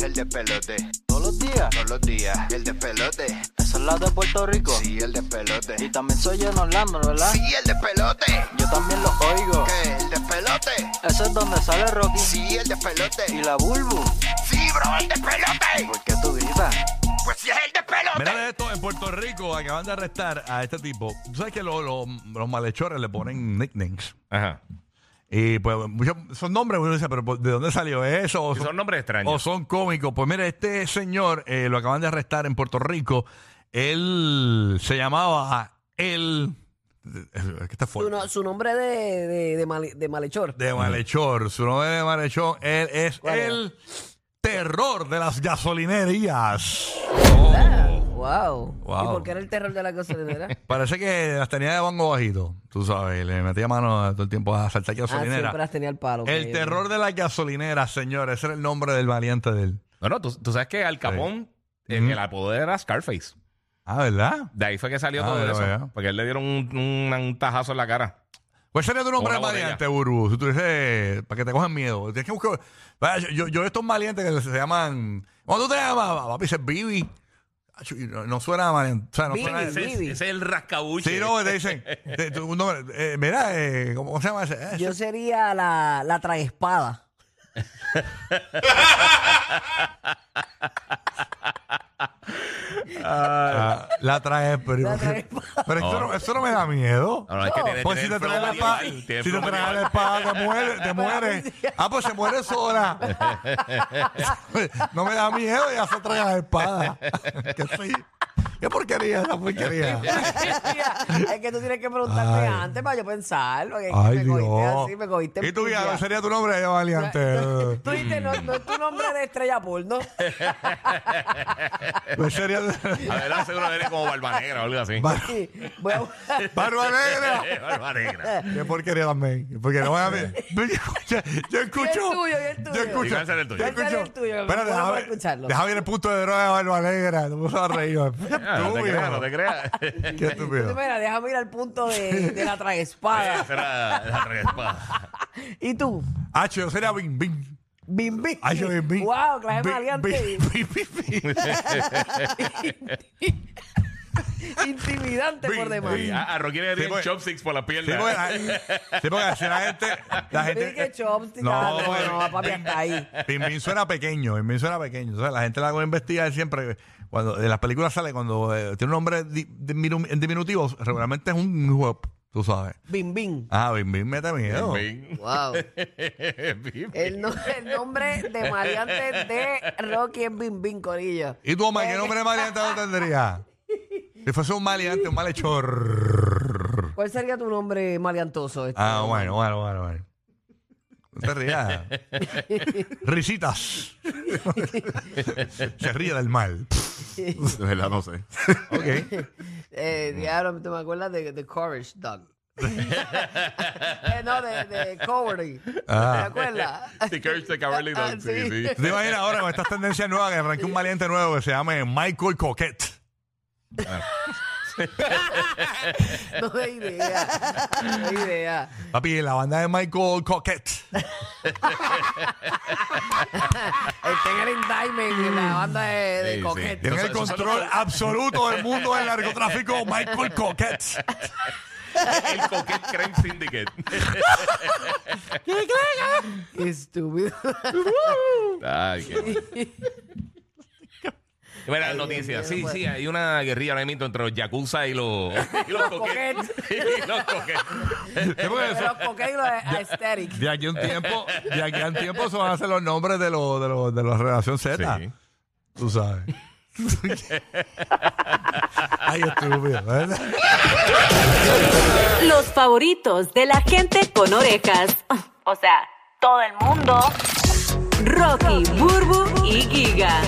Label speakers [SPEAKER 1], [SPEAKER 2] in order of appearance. [SPEAKER 1] el despelote.
[SPEAKER 2] Todos los días,
[SPEAKER 1] Todos los días, el despelote.
[SPEAKER 2] esa es la de Puerto Rico.
[SPEAKER 1] Sí, el
[SPEAKER 2] Y
[SPEAKER 1] despelote.
[SPEAKER 2] también soy en Orlando, ¿verdad?
[SPEAKER 1] Sí, el despelote.
[SPEAKER 2] Yo también los oigo.
[SPEAKER 1] ¿Qué? El despelote.
[SPEAKER 2] Ese es donde sale Rocky
[SPEAKER 1] Sí, el
[SPEAKER 2] y
[SPEAKER 1] despelote.
[SPEAKER 2] la Bulbu.
[SPEAKER 1] Sí, bro, el despelote.
[SPEAKER 2] ¿Por qué tú gritas?
[SPEAKER 1] Pues sí, es el
[SPEAKER 3] Mira
[SPEAKER 1] despelote.
[SPEAKER 3] de esto, en Puerto Rico acaban de arrestar a este tipo. Tú sabes que lo- lo- los malhechores le ponen nicknames.
[SPEAKER 4] Ajá.
[SPEAKER 3] Y pues muchos son nombres, uno dice, pero ¿por- ¿de dónde salió eso? O
[SPEAKER 4] Y son nombres extraños.
[SPEAKER 3] O son cómicos. Pues mira, este señor eh, lo acaban de arrestar en Puerto Rico. Él se llamaba El. Es que está
[SPEAKER 5] Su,
[SPEAKER 3] fuerte.
[SPEAKER 5] no- su nombre de, de, de male- de malhechor.
[SPEAKER 3] De malhechor. Su nombre de malhechor. Él es
[SPEAKER 5] ¿Cuál era?
[SPEAKER 3] el terror de las gasolinerías.
[SPEAKER 5] Wow.
[SPEAKER 3] Wow.
[SPEAKER 5] ¿Y por qué era el terror de la gasolinera?
[SPEAKER 3] Parece que las tenía de banco bajito. Tú sabes, le metía mano todo el tiempo a saltar
[SPEAKER 5] ah,
[SPEAKER 3] gasolinera.
[SPEAKER 5] siempre las tenía al palo. ok,
[SPEAKER 3] el
[SPEAKER 5] ok.
[SPEAKER 3] terror de las gasolineras, señores. Ese era el nombre del valiente de él.
[SPEAKER 4] No, no, tú, tú sabes que Al Capón, el,
[SPEAKER 3] Ujú.
[SPEAKER 4] el apodo era Scarface.
[SPEAKER 3] Ah, ¿verdad?
[SPEAKER 4] De ahí fue que salió
[SPEAKER 3] Ah,
[SPEAKER 4] todo
[SPEAKER 3] mira,
[SPEAKER 4] eso.
[SPEAKER 3] vea.
[SPEAKER 4] Porque él le dieron un, un- un tajazo en la cara.
[SPEAKER 3] ¿Cuál sería tu nombre
[SPEAKER 4] Una
[SPEAKER 3] de
[SPEAKER 4] botella.
[SPEAKER 3] valiente, Burbu? Si tú dices, para que te cojan miedo. Tienes que buscar. Vaya, Yo, yo, yo estos valientes que se llaman. ¿Cómo tú te llamas? Papi, ese es Bibi. Acho, y No, no suena valiente. O sea, no
[SPEAKER 5] Bibi,
[SPEAKER 3] suena.
[SPEAKER 5] Bibi.
[SPEAKER 4] Ese, ese es el rascabuche.
[SPEAKER 3] Sí, no, te dicen. te- tu nombre, eh, mira, eh, ¿cómo se llama ese? Eh,
[SPEAKER 5] Yo sería la, la traespada.
[SPEAKER 3] ah, la traes, pero.
[SPEAKER 5] La traes.
[SPEAKER 3] Pero eso, no, eso no me da miedo.
[SPEAKER 4] No, no, es que tiene,
[SPEAKER 3] Pues si
[SPEAKER 4] tiene
[SPEAKER 3] te
[SPEAKER 4] el flow
[SPEAKER 3] traes la espada,
[SPEAKER 4] animal,
[SPEAKER 3] si
[SPEAKER 4] tiene
[SPEAKER 3] te
[SPEAKER 4] el flow
[SPEAKER 3] traes la
[SPEAKER 4] animal.
[SPEAKER 3] espada, te mueres, te mueres. Ah, pues se muere sola. No me da miedo, ya se trae la espada. Que sí. Qué porquería esa porquería.
[SPEAKER 5] es que tú tienes que preguntarte
[SPEAKER 3] Ay.
[SPEAKER 5] antes para yo pensar. Porque es que
[SPEAKER 3] Ay,
[SPEAKER 5] me cogiste
[SPEAKER 3] Dios.
[SPEAKER 5] así, me cogiste.
[SPEAKER 3] ¿Y tú,
[SPEAKER 5] pilla.
[SPEAKER 3] Guiado, sería tu nombre de
[SPEAKER 5] Tú-
[SPEAKER 3] valiente?
[SPEAKER 5] Tú dijiste, no, no es tu nombre de estrella porno.
[SPEAKER 3] Pues sería.
[SPEAKER 4] A ver, la seguro viene como barba negra o algo así.
[SPEAKER 3] Bar-
[SPEAKER 5] Sí, voy a buscar.
[SPEAKER 3] ¡Barba negra!
[SPEAKER 4] barba negra.
[SPEAKER 3] Qué porquería también. Porque no voy a ver. Yo escucho. Yo escucho.
[SPEAKER 5] tuyo, y el tuyo.
[SPEAKER 3] Yo escucho.
[SPEAKER 4] Y cancela el tuyo.
[SPEAKER 3] yo
[SPEAKER 5] Cancela el
[SPEAKER 3] escucho-
[SPEAKER 5] tuyo, no
[SPEAKER 3] Espérate, deja
[SPEAKER 5] podemos
[SPEAKER 3] ver-
[SPEAKER 5] escucharlo.
[SPEAKER 3] deja ver el punto de droga de Barba Negra. Te puso a reír.
[SPEAKER 4] Ah, no te
[SPEAKER 3] Estúpido.
[SPEAKER 4] creas, no te creas. Esa
[SPEAKER 3] Qué
[SPEAKER 5] Tú te
[SPEAKER 3] estúpido.
[SPEAKER 5] imaginas, déjame ir al punto de, de la traespada.
[SPEAKER 4] era la rascabuche.
[SPEAKER 5] ¿Y tú?
[SPEAKER 3] H, yo sería Bing Bing.
[SPEAKER 5] Bim, bim.
[SPEAKER 3] H, Bing Bing.
[SPEAKER 5] Wow, clase
[SPEAKER 3] Bing,
[SPEAKER 5] maleante.
[SPEAKER 3] Bing, Bing, Bing, Bing.
[SPEAKER 5] Intimidante
[SPEAKER 3] Bim,
[SPEAKER 5] por demás.
[SPEAKER 3] bim.
[SPEAKER 4] A, a Rocky le
[SPEAKER 3] Pues, Sí,
[SPEAKER 4] dieron
[SPEAKER 3] pues.
[SPEAKER 4] chopsticks por la
[SPEAKER 3] Sí, pues,
[SPEAKER 4] pierna.
[SPEAKER 3] porque la- sí, porque si la gente. La
[SPEAKER 5] Bim, que
[SPEAKER 3] gente
[SPEAKER 5] chopstick,
[SPEAKER 3] No,
[SPEAKER 5] ah, no, no,
[SPEAKER 3] pero-
[SPEAKER 5] papi, hasta ahí.
[SPEAKER 3] Bing Bing suena pequeño. Bing Bing suena pequeño. O sea, la gente la va a investigar siempre. Cuando en las películas sale, cuando eh, tiene un nombre di- diminu- en diminutivo, regularmente es un huep, tú sabes.
[SPEAKER 5] Bim, bim.
[SPEAKER 3] Ah, Bing Bing mete miedo.
[SPEAKER 4] Bing.
[SPEAKER 5] Wow.
[SPEAKER 4] Bing.
[SPEAKER 5] El, no- el nombre de maleante de Rocky es Bim, bim, corillo.
[SPEAKER 3] ¿Y tú, Omar, qué nombre de maleante no tendría? Si fuese un maleante, un malhechor.
[SPEAKER 5] ¿Cuál sería tu nombre maleantoso? este?
[SPEAKER 3] Ah, bueno, bueno, bueno, bueno. No te rías. Risitas. Se ríe del mal.
[SPEAKER 6] De verdad, no sé.
[SPEAKER 3] Ok.
[SPEAKER 5] Eh, diablo, te me acuerdas de, de Courage Dog. Eh, no, de, de Cowardy.
[SPEAKER 3] Ah.
[SPEAKER 5] ¿Te acuerdas?
[SPEAKER 4] The Curse de Cowardly
[SPEAKER 5] Ah,
[SPEAKER 4] Dog. Sí,
[SPEAKER 5] sí.
[SPEAKER 4] sí.
[SPEAKER 3] ¿Tú te imaginas ahora con estas tendencias nuevas que arranque un valiente nuevo que se llame Michael Coquette?
[SPEAKER 5] No de idea. No de idea.
[SPEAKER 3] Papi, la banda de Michael Coquette.
[SPEAKER 5] Está en el indictment en la banda de, de
[SPEAKER 4] Sí, sí.
[SPEAKER 5] Coquette.
[SPEAKER 3] Tiene
[SPEAKER 4] Eso-
[SPEAKER 3] el
[SPEAKER 4] eso solo-
[SPEAKER 3] control absoluto del mundo del narcotráfico, Michael Coquette.
[SPEAKER 4] El Coquette Crime Syndicate.
[SPEAKER 5] Qué estúpido.
[SPEAKER 4] Ay, qué mal. Mira, la noticia.
[SPEAKER 5] Dios
[SPEAKER 4] Sí,
[SPEAKER 5] mío,
[SPEAKER 4] sí, hay una guerrilla ahora mismo entre los yakuza y los, y los coquetes. y los coquettes.
[SPEAKER 3] ¿Qué fue eso?
[SPEAKER 5] Pero Coquette y lo de aesthetic.
[SPEAKER 3] De aquí a un tiempo, de aquí a un tiempo se van a hacer los nombres de los de los de los relación Z.
[SPEAKER 4] Sí.
[SPEAKER 3] Tú sabes. Ay, estúpido, ¿verdad?
[SPEAKER 7] Los favoritos de la gente con orejas. O sea, todo el mundo. Rocky, Burbu y Giga.